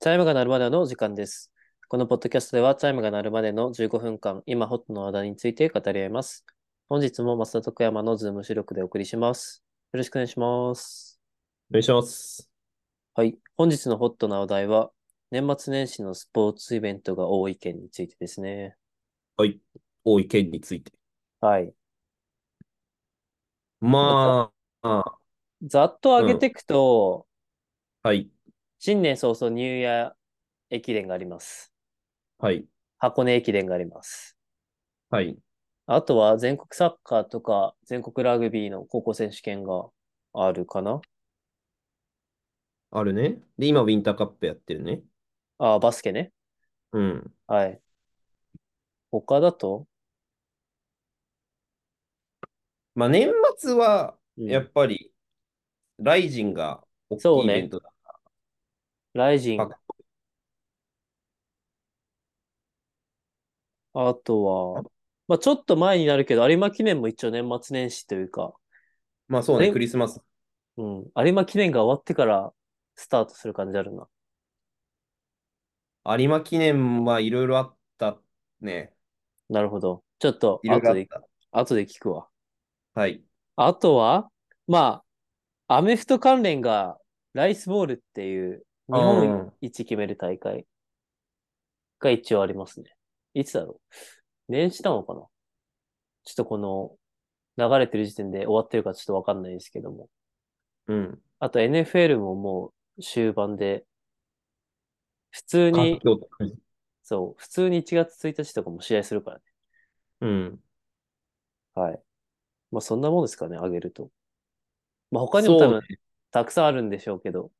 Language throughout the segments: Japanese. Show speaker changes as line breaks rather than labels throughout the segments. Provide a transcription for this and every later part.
チャイムが鳴るまでの時間です。このポッドキャストでは、チャイムが鳴るまでの15分間、今ホットの話題について語り合います。本日も増田徳山のズーム収録でお送りします。よろしくお願いします。
お願いします。
はい。本日のホットな話題は、年末年始のスポーツイベントが多い件についてですね。
はい。多い件について。
はい。
まあ、
ざっと上げていくと、
はい。
新年早々ニューイヤー駅伝があります。
はい。
箱根駅伝があります。
はい。
あとは全国サッカーとか全国ラグビーの高校選手権があるかな
あるね。で、今、ウィンターカップやってるね。
あ、バスケね。
うん。
はい。他だと
まあ、年末は、
うん
やっぱり、ライジンが大きい
そう
イ
ね
ベントだ。
ライジン
パ、ク
あとは、まあちょっと前になるけど、有馬記念も一応年末年始というか、
まあ、そうね、
ね
クリスマス。
うん、有馬記念が終わってからスタートする感じあるな。
有馬記念はいろいろあったね。
なるほど。ちょっと
いろい
後
ろあ
で、
っ
後で聞くわ。
た。はい。
あとは、まあ、アメフト関連が、ライスボールっていう、日本一決める大会が一応ありますね。いつだろう年始なのかなちょっとこの、流れてる時点で終わってるかちょっとわかんないですけども。
うん。
あと NFL ももう終盤で、普通に、
活況と
そう、普通に1月1日とかも試合するからね。
うん。
はい。まあそんなもんですかね、あげると。まあ他にも多
そう
分
ね。
たくさんあるんでしょうけど。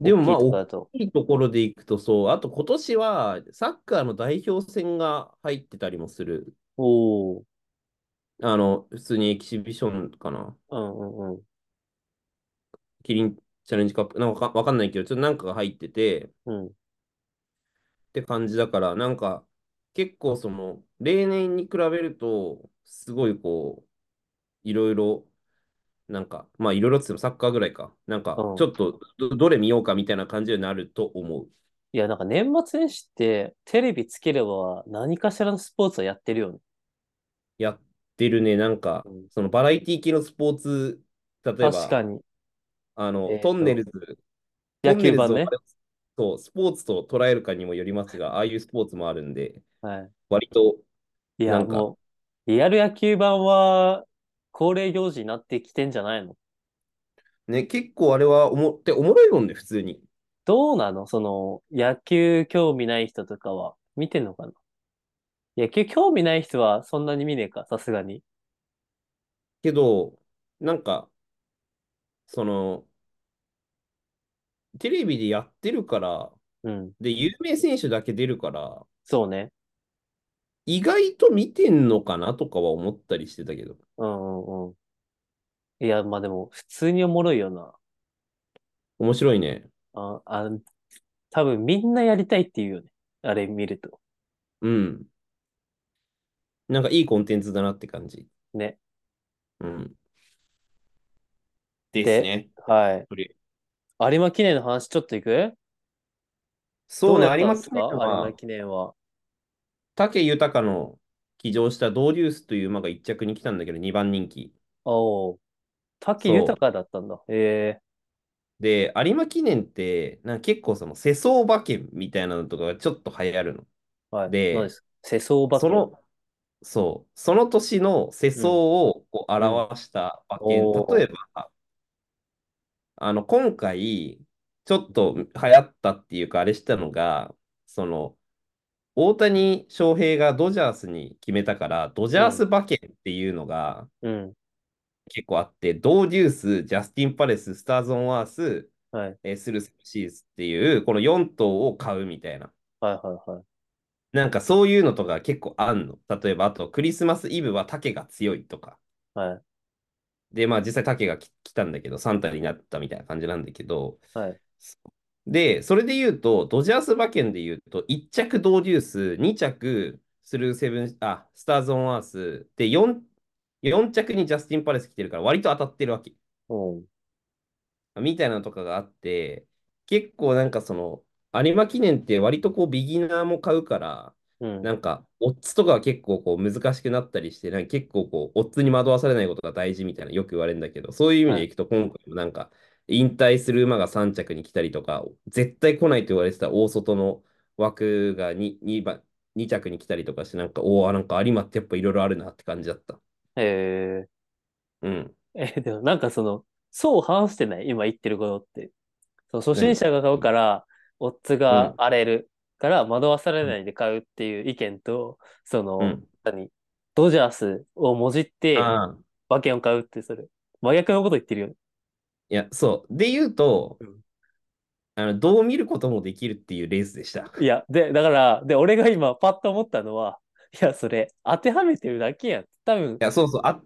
でもまあ
大きいとこだと。
いいところでいくと、そう、あと今年は、サッカーの代表戦が入ってたりもする。
おお、
あの、普通にエキシビションかな。
うんうんうん。
キリンチャレンジカップ。なんかわかわかんないけど、ちょっとなんかが入ってて、っ
うん、
て感じだから、なんか、結構その、例年に比べると、すごいこう、いろいろ、なんか、まあいろいろっつってもサッカーぐらいか。なんか、
うん
ちょっとど、どれ見ようかみたいな感じになると思う。
いや、なんか年末年始ってテレビつければ何かしらのスポーツはやってるよね。
やってるね、なんか
うん、
そのバラエティ系のスポーツ、例えば、
確かに。
あの、
えーと
トンネルズ、
野
トン
球
ネルズ
盤
を
ね。
そう、スポーツと捉えるかにもよりますが、ああいうスポーツもあるんで、
は
割と、
い。いや、
なんか
もう、リアル野球盤は恒例行事になってきてんじゃないの
ね、結構あれはおも、っておもろいもんね、普通に。
どうなのその、野球興味ない人とかは見てんのかな野球興味ない人はそんなに見ねえか、さすがに。
けど、なんか、その、テレビでやってるから、
うん。
で、有名選手だけ出るから、
そうね。
意外と見てんのかなとかは思ったりしてたけど、
うんうんうん。いや、まあでも、普通におもろいよな。
面白いね。
あ、あ、多分みんなやりたいって言うよね。あれ見ると。
うん。なんかいいコンテンツだなって感じ。
ね。
うん。で
です
ね。
はい
とり。
有馬記念の話ちょっといく
そう
どう
ね、
だった
有馬
んです
記念
か有
は
馬記念は。
武豊の騎乗したドウデュースという馬が1着に来たんだけど、2番人気。
おお。滝
そう
豊だったんだ。ええ
で、有馬記念って、なんか結構その世相馬券みたいなのとかがちょっと流行る
はい。
で
何です世相
の。
バ
その、そう、その年の世相をこう
うん
表した馬券。
おー
例えば、あの、今回、ちょっと流行ったっていうか、あれしたのが、その、大谷翔平がドジャースに決めたから、ドジャース馬券っていうのが、
うん。
結構あって、ドーデュース、ジャスティン・パレス、スターズ・オン・アース、
はい。
えースルス・シーズっていう、この4頭を買うみたいな。
はいはいはい。
なんかそういうのとか結構あんの。例えば、あとクリスマスイブは竹が強いとか。
はい。
で、まあ実際竹がき来たんだけど、サンタになったみたいな感じなんだけど。
はい。
で、それで言うと、ドジャース馬券で言うと、1着ドーデュース、2着スルーセブン、あ、スターズ・オン・アース、で4、4着にジャスティン・パレス来てるから、割と当たってるわけ。
うん。
みたいなのとかがあって、結構なんかその、有馬記念って割とこうビギナーも買うから、
うん。
なんか、オッズとかは結構こう難しくなったりして、なんか結構こう、オッズに惑わされないことが大事みたいな、よく言われるんだけど、そういう意味でいくと、今回もなんか、引退する馬が3着に来たりとか、絶対来ないと言われてた大外の枠が 2, 2番、2着に来たりとかして、なんか、おお、なんか有馬ってやっぱいろいろあるなって感じだった。
え
うん。
ー、え、でもなんかその、相反してない今言ってることって。その初心者が買うから、オッズが荒れるから惑わされないで買うっていう意見と、その、
うん。
何ドジャースをもじって
ああ。
馬券を買うってそれ。真逆のこと言ってるよね。
いや、そう。で言うと
うん、
あの、どう見ることもできるっていうレースでした。
いや、で、だから、で、俺が今パッと思ったのは、いや、それ、当てはめてるだけやん。多分
い、や、そうそう。あ、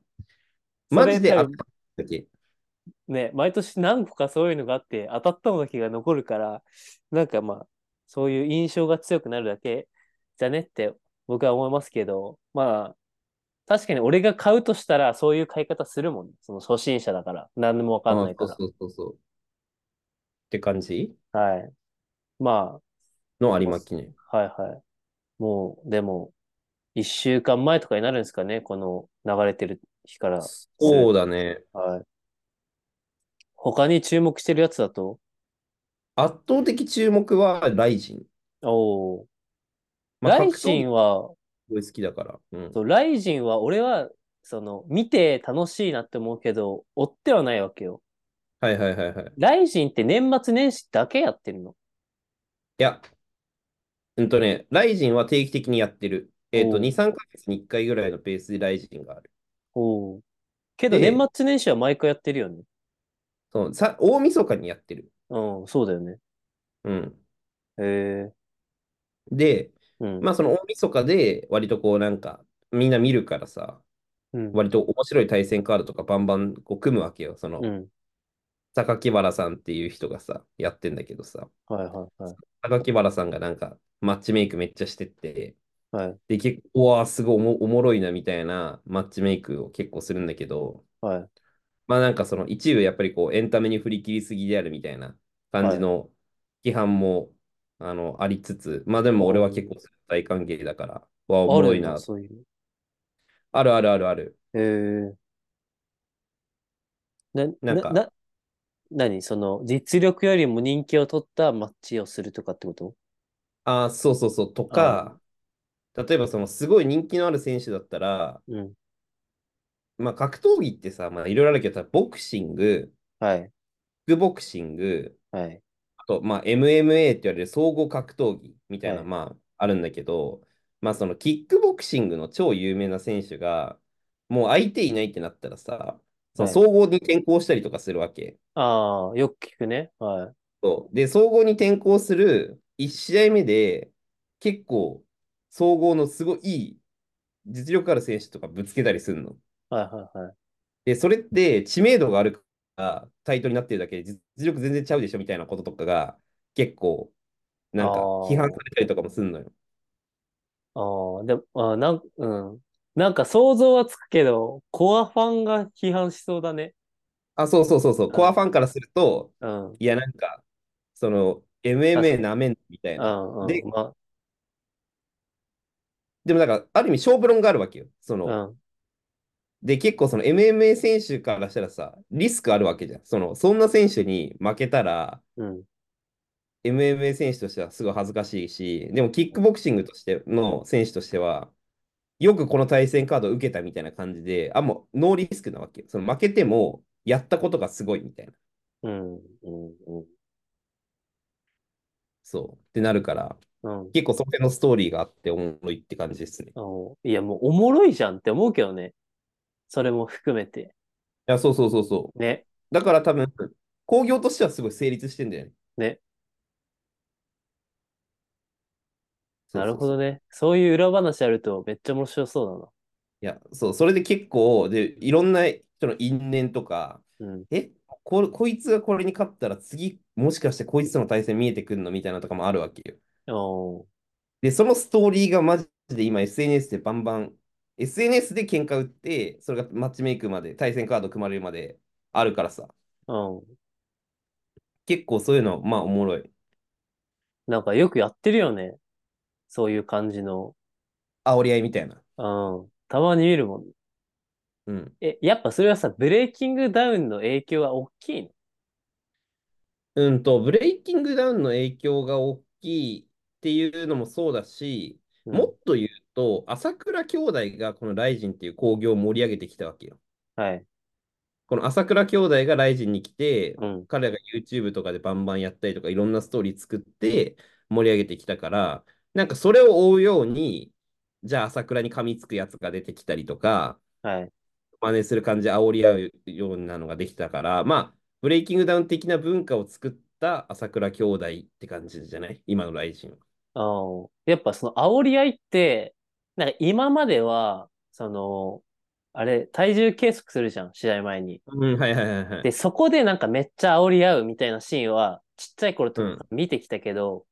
マジで
それ
あ
多
っ
分
ただけ。
ね、毎年何個かそういうのがあって、当たったのだけが残るから、なんかまあ、そういう印象が強くなるだけじゃねって僕は思いますけど、まあ、確かに俺が買うとしたら、そういう買い方するもんね。その初心者だから。何でもわかんないか
あそうそうそうそう。って感じ
ら。はい。ま
の有馬記念。
あ、はいはい。もう、でも、一週間前とかになるんですかね。この流れてる日から。
そうだね。
はい。他に注目してるやつだと、
圧倒的注目はライジン。
おー、
まあ
ライジンは、
格闘技すごい好きだから。うん。
そう、ライジンは俺は、その、見て楽しいなって思うけど、追ってはないわけよ。
はいはいはいはい。い
ライジンって年末年始だけやってるの。
や、うんとね、ライジンは定期的にやってる。えっ
お
と、
う
2、3ヶ月に1回ぐらいのペースでライジンがある。
おけど
で
年末年始は毎回やってるよね。
そう、さ、大晦日にやってる。
うん、そうだよね。
うん。
へえ。
で、
うん。
まあその大晦日で割とこうなんかみんな見るからさ、
うん。
割と面白い対戦カードとかバンバンこう組むわけよ。その
うん。
榊原さんっていう人がさ、やってんだけどさ、
はいはいはい。
榊原さんがなんかマッチメイクめっちゃしてって、
はい
で、結構、うわあ、すごいおも、おもろいなみたいなマッチメイクを結構するんだけど、
はい。
まあなんかその一部やっぱりこうエンタメに振り切りすぎであるみたいな感じの批判も、あのありつつ、まあでも俺は結構大歓迎だから、わあ、おもろい
あるん
な
だ。そういう
あるあるあるある。
の。へえ。な、
なんか
な、なにその、実力よりも人気を取ったマッチをするとかってこと
ああ、そうそうそう。とか、例えばそのすごい人気のある選手だったら、
うん。
まあ格闘技ってさ、まあいろいろあるけどさ、ボクシング、
はい。
キックボクシング、
はい。
あと、まあ MMA って言われる総合格闘技みたいな、
はい
まああるんだけど、まあそのキックボクシングの超有名な選手が、もう相手いないってなったらさ、その
はい
総合に転向したりとかするわけ。
ああ、よく聞くね。はい。
そう。で、総合に転向する1試合目で、結構、総合のすごいいい実力ある選手とかぶつけたりするの。
はいはいはい。
で、それって知名度があるからタイトルになってるだけで実実力全然ちゃうでしょみたいなこととかが結構、なんか
あー
批判されたりとかもするのよ。
ああ、でも、あーなん、うん。なんか想像はつくけど、コアファンが批判しそうだね。
あ、そうそうそうそう。
ん
コアファンからすると、
うん。うん
いや、なんか、その、
確か
MMA
に
なめんなみたいな。
うん。
で
ま
でもなんか、ある意味勝負論があるわけよ。その、
あ、うん。
で、結構その MMA 選手からしたらさ、リスクあるわけじゃん。その、そんな選手に負けたら、
うん。
MMA 選手としてはすごい恥ずかしいし、でもキックボクシングとしての選手としては、よくこの対戦カードを受けたみたいな感じで、あ、もうノーリスクなわけよ。その負けても、やったことがすごいみたいな。
うん。うん。
そう。ってなるから、
うん。うん
結構その辺のストーリーがあって、おもろいって感じですね。い
あのいや、もうおもろいじゃんって思うけどね。それも含めて。
や、そうそうそうそ
ね。
う。だから多分、興行としてはすごい成立してんだよね。
ね。
そう
なる
そうそう
ほどね。そういう裏話あるとめっちゃ面白そ
いや、そう、それで結構、で、いろんなその因縁とか、
うだな。うん。
え、こ、こいつがこれに勝ったら次、もしかしてこいつとの対戦見えてくるのみたいなのとかもあるわけよ。
おー
で、そのストーリーがマジで今 SNS でバンバン、SNS で喧嘩売って、それがマッチメイクまで、対戦カード組まれるまであるからさ。
うん。
結構そういうの、まあおもろい。
なんかよくやってるよね。そういう感じの。
煽り合いみたいな。
うん。たまに見るもん。
うん。
え、やっぱそれはさ、ブレイキングダウンの影響は大きいの
うんと、ブレイキングダウンの影響が大きいっていうのもそうだし、
うん
もっと言うと、朝倉兄弟がこのライジンっていう興行を盛り上げてきたわけよ。
はい。
この朝倉兄弟がライジンに来て、
うん。
彼らが YouTube とかでバンバンやったりとか、いろんなストーリー作って盛り上げてきたから、なんかそれを追うように、じゃあ朝倉に噛みつくやつが出てきたりとか、
はい。
真似する感じで煽り合うようなのができたから、まあ、ブレイキングダウン的な文化を作った朝倉兄弟って感じじゃない今のライジンは。
うん。やっぱその煽り合いって、なんか今までは、その、あれ、体重計測するじゃん、試合前に。
うん、はいはいはいは
で、
い。
そこでなんかめっちゃ煽り合うみたいなシーンは、ちっちゃい頃とか見てきたけど、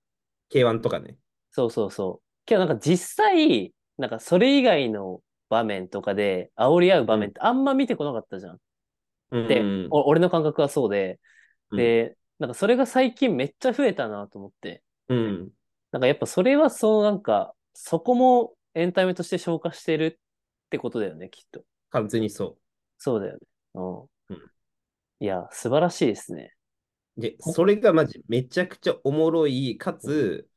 K1 とかね。
そうそうそう。けどなんか実際、なんかそれ以外の場面とかで煽り合う場面ってあんま見てこなかったじゃん。
うん
で、
うん
お俺の感覚はそうで、
うん
で、なんかそれが最近めっちゃ増えたなと思って。
うん。
なんかやっぱそれはそのなんか、そこもエンタメとして消化してるってことだよね、きっと。
完全にそ
そうだよね。うん。
うん
いや、素晴らしいですね。
う。で、それがマジめちゃくちゃおもろい、かつ、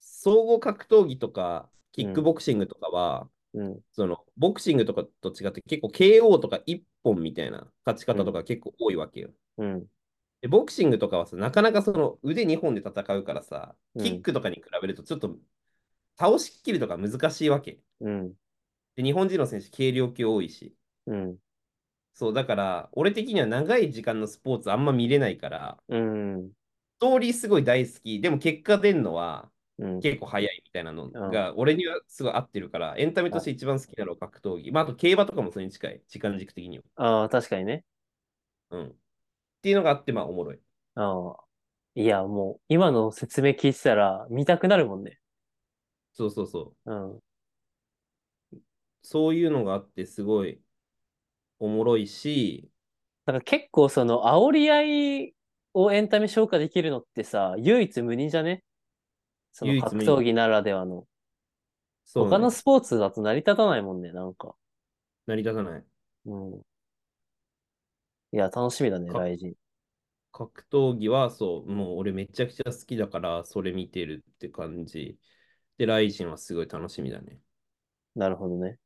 総合格闘技とか、キックボクシングとかは、
うん。
その、ボクシングとかと違って結構 KO とか一本みたいな勝ち方とか結構多いわけよ。
うん。
で、ボクシングとかはさ、なかなかその腕2本で戦うからさ、
うん
キックとかに比べるとちょっと倒しきるとか難しいわけ。
うん。
で、日本人の選手、軽量級多いし。
うん。
そう、だから、俺的には長い時間のスポーツあんま見れないから、
うん。
ストーリーすごい大好き、でも結果出んのは
うん。
結構早いみたいなのが、俺にはすごい合ってるから、エンタメとして一番好きなのは格闘技。まあ、あと競馬とかもそれに近い、時間軸的には。
ああ、確かにね。
うん。っていうのがあって、まあ、おもろい。
ああ。いや、もう、今の説明聞いてたら、見たくなるもんね。
そうそうそう。
うん。
そういうのがあってすごいおもろいし、
なんか結構、その、煽り合いをエンタメ消化できるのってさ、唯一無二じゃねその
唯一無
格
二
闘技ならではの。
そう
他の
ね
スポーツだと成り立たないもんね、なんか。
成り立たない。
うん。いや、楽しみだね、
か
大事。
格闘技はそう、もう俺めちゃくちゃ好きだから、それ見てるって感じ。で、ライジンはすごい楽しみだね。
なるほどね。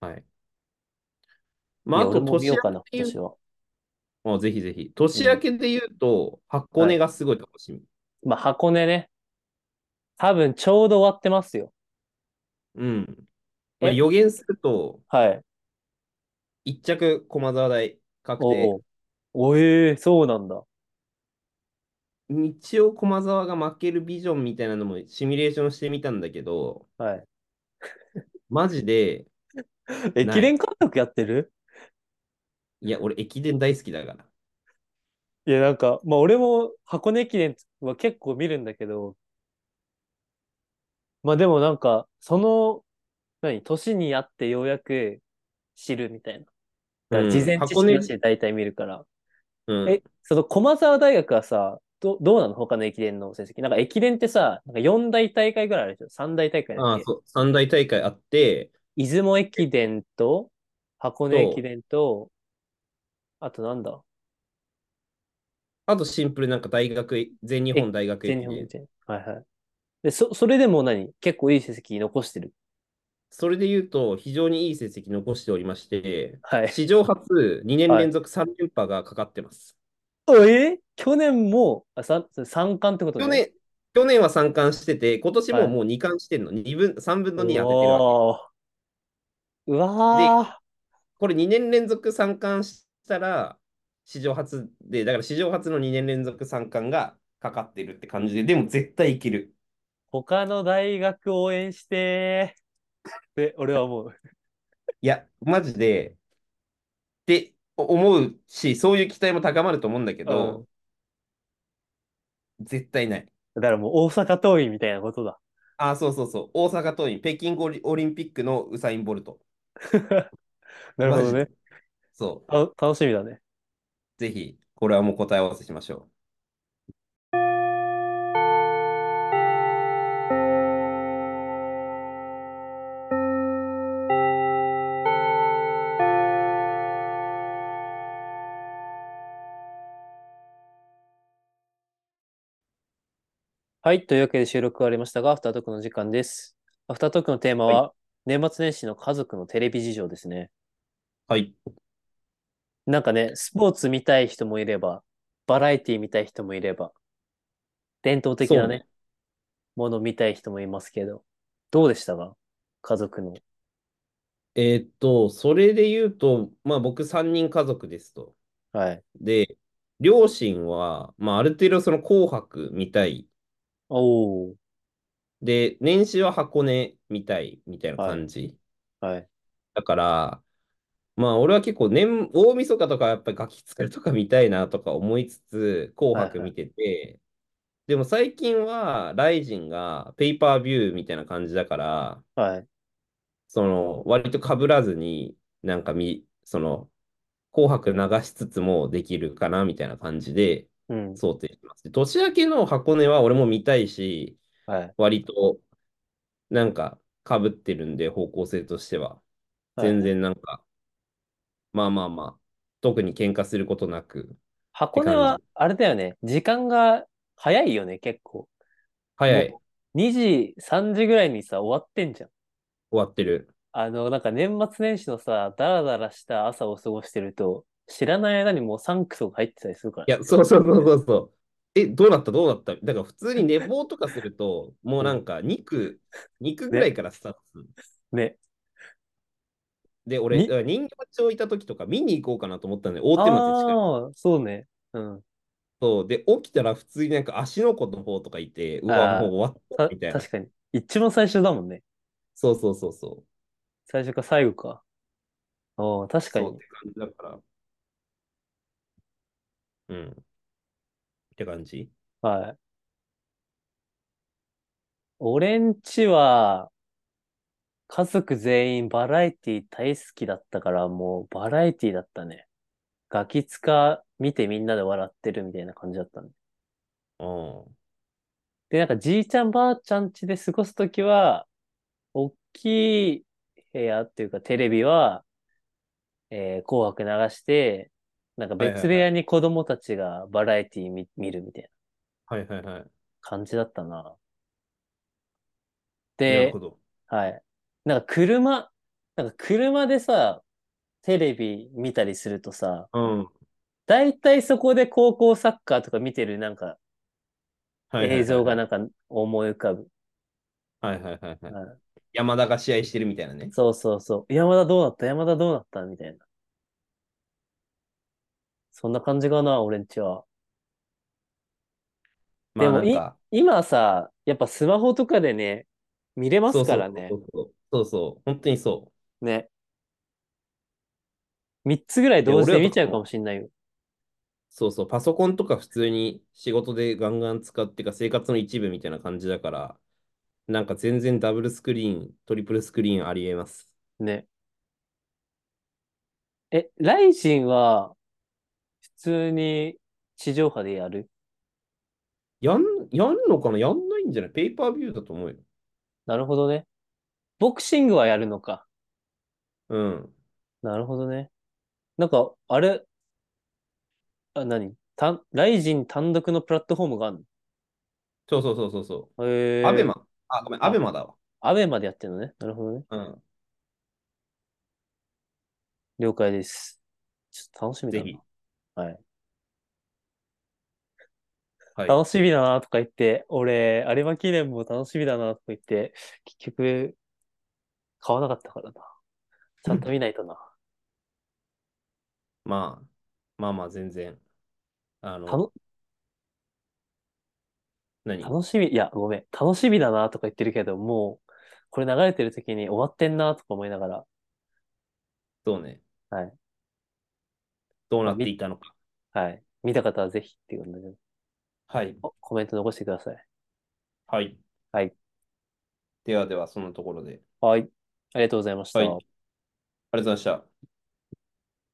はい。まあ、
い
あ
や
と
俺も見
年
よ
明
うかな、
けで
今
言
年は。
う、あぜひぜひ。年明けで言うと、箱根がすごい楽しみ。
まあ、箱根ね。多分、ちょうど終わってますよ。
うん。まあ、
え
予言すると、
はい。
一着駒沢大確
お
定。
うおう。おええそうなんだ。
一応駒沢が負けるビジョンみたいなのもシミュレーションしてみたんだけど、
はい。
マジで、
え、
ない
駅伝監督やってる
いや、俺、駅伝大好きだから。
いや、なんか、まあ、俺も箱根駅伝は結構見るんだけど、まあ、でもなんか、その、何、年にあってようやく知るみたいな。だから事前知識なしで大体見るから。
うん、
え、その駒沢大学はさ、どどうなの他の駅伝の成績。なんか駅伝ってさ、なんか4大大会ぐらいあるでしょ ?3 大大会だ
あ
っ
あ、
け
そう、三大大会あって、
出雲駅伝と、箱根駅伝と、あとなんだ
あとシンプルなんか大学、全日本大学
全
駅
日本
伝
駅。伝。はいはい。で、そ、それでも何結構いい成績残してる。
それで言うと、非常にいい成績残しておりまして、
はい。
史上初2年
はい
連続3連覇がかかってます。
え去年も、あ、さ、三冠ってこと
去
ね。
年、去年は3冠してて、今年
は
も
い
もう2冠してんの、二分、3分の2当ててるわけ。
わーうわ
これ2年連続3冠したら、史上初で、だから史上初の2年連続3冠がかかってるって感じで、でも絶対いけ
ー
る。
他の大学応援してー。で、俺は思う。
いや、マジで、って思うし、そういう期待も高まると思うんだけど、絶対ない。
だからもう大阪桐蔭みたいなことだ。
あ、そうそうそう、大阪桐蔭、北京オリオリンピックのウサイン・ボルト。
なるほ
マ
ど
ジ
ね
で。そ
た。楽しみだね。
う、ぜひ、これはもう答え合わせしましょ
はい。というわけで収録終わりましたが、アフタートークの時間です。アフタートークのテーマは、年末年始の家族のテレビ事情ですね。
う。はい。
なんかね、スポーツ見たい人もいれば、バラエティ見たい人もいれば、伝統的な
そう
ね
ね、
もの見たい人もいますけど、どうでしたか家族の。
えーっと、それで言うと、まあ僕3人家族ですと。
はい。
で、両親は、まあある程度その紅白見たい。
おー。
で、年始は箱根見たいみたいな感じ。
はい。
だから、まあ俺は結構年、大晦日とかやっぱりガキ使いとか見たいなとか思いつつ、紅白見てて、でも最近は、ライジンがペイパービューみたいな感じだから、
はい。
その、割と被らずに、なんかみ、その、紅白流しつつもできるかなみたいな感じで
うん。
想定します。で年明けの箱根は俺も見たいし、
はい。
割と、なんか、被ってるんで、方向性としては。
はい
全然なんか、まあまあまあ、特に喧嘩することなく、
箱根は、あれだよね、時間が早いよね、結構。
早い、終
もう。2時、3時ぐらいにさ、終わってんじゃん。
わってる。
あの、なんか年末年始のさ、ダラダラした朝を過ごしてると、知らない間にもうサンクスが入ってたりするから
い
ね。
や、 そうそうそうそうそう。え、どうなったどうなっただから普 通に寝坊とかすると、もうなんか肉、肉ぐらいからスタートする。
ね。
で、
に
俺、だから人形町いた時とか見に行こうかなと思ったんで、大手町近く。
ああ、そうね。うん。
そう。で、起きたら普通になんか足の子の方とかいて、う
あー
わ、もう終わった
た
みたいな。
確かに。一番最初だもんね。
そうそうそうそう。
最初か最後か。ああ、確か
そう
に
っ。て感じだから。うん。って感じ。
はい。俺んちは、家族全員バラエティ大好きだったから、もうバラエティだったね。ガキツカ見てみんなで笑ってるみたいな感じだったね。
うん。
で、なんかじいちゃんばあちゃん家で過ごすときは、大きい部屋っていうかテレビは、えー紅白流して、なんか別部屋に子供たちがバラエティ見、見るみたいな
はいはいはい。
感じだったな。
なる
で
ほ、ど。
はい。なんか車、なんか車でさ、テレビ見たりするとさ、
うん。
だいたいそこで高校サッカーとか見てるなんか
はいはいはい
映像がなんか思い浮かぶ。
はいはいはいはい。
はい
山田が試合してるみたいなね。
そうそうそう。山田どうなった山田どうなったみたいな。そんな感じかな、俺んちは。
まあ
でもい
なんか、
今さ、やっぱスマホとかでね、見れます
そうそ
か
う
らね。
そうそう。そうそう。本当にそ
ね。三つぐらい同時
いや
で
俺ら
見
と
ち
か
ゃ
も
うかもしんないよ。
う。そうそう。パソコンとか普通に仕事でガンガン使ってか生活の一部みたいな感じだから、なんか全然ダブルスクリーン、トリプルスクリーンありえます。
ね。え、ライジンは、普通に地上波でやる
やん、やんのかなやんないんじゃないペーパービューだと思うよ。
なるほどね。ボクシングはやるのか。
うん。
なるほどね。なんか、あれ、あ、何たライジン単独のプラットフォームがある
そうそうそうそうそ
のへ
う。
ー
アベ。マ。あ、ごめん、
あ
アベマだわ。
アベマでやってるのね。なるほどね。
うん。
了解です。ちょっと楽しみだ
ぜ
な。
ひ。
はい。
はい。
楽しみだなとか言って、俺、有馬記念も楽しみだなとか言って、結局、買わなかったからな。ちゃんと見ないとな。
まあ、まあまあ、全然。あ
た
の
の、
何
楽しみ、いや、ごめん。楽しみだなとか言ってるけど、もう、これ流れてる時に終わってんなとか思いながら、
そうね。
はい。
どうなっていたのか。
はい。見た方はぜひっていうことで、
はい。
おコメント残してください。
はい。
はい。
ではでは、そのところで。
はい。ありがとうございました。
はいありがとうございました。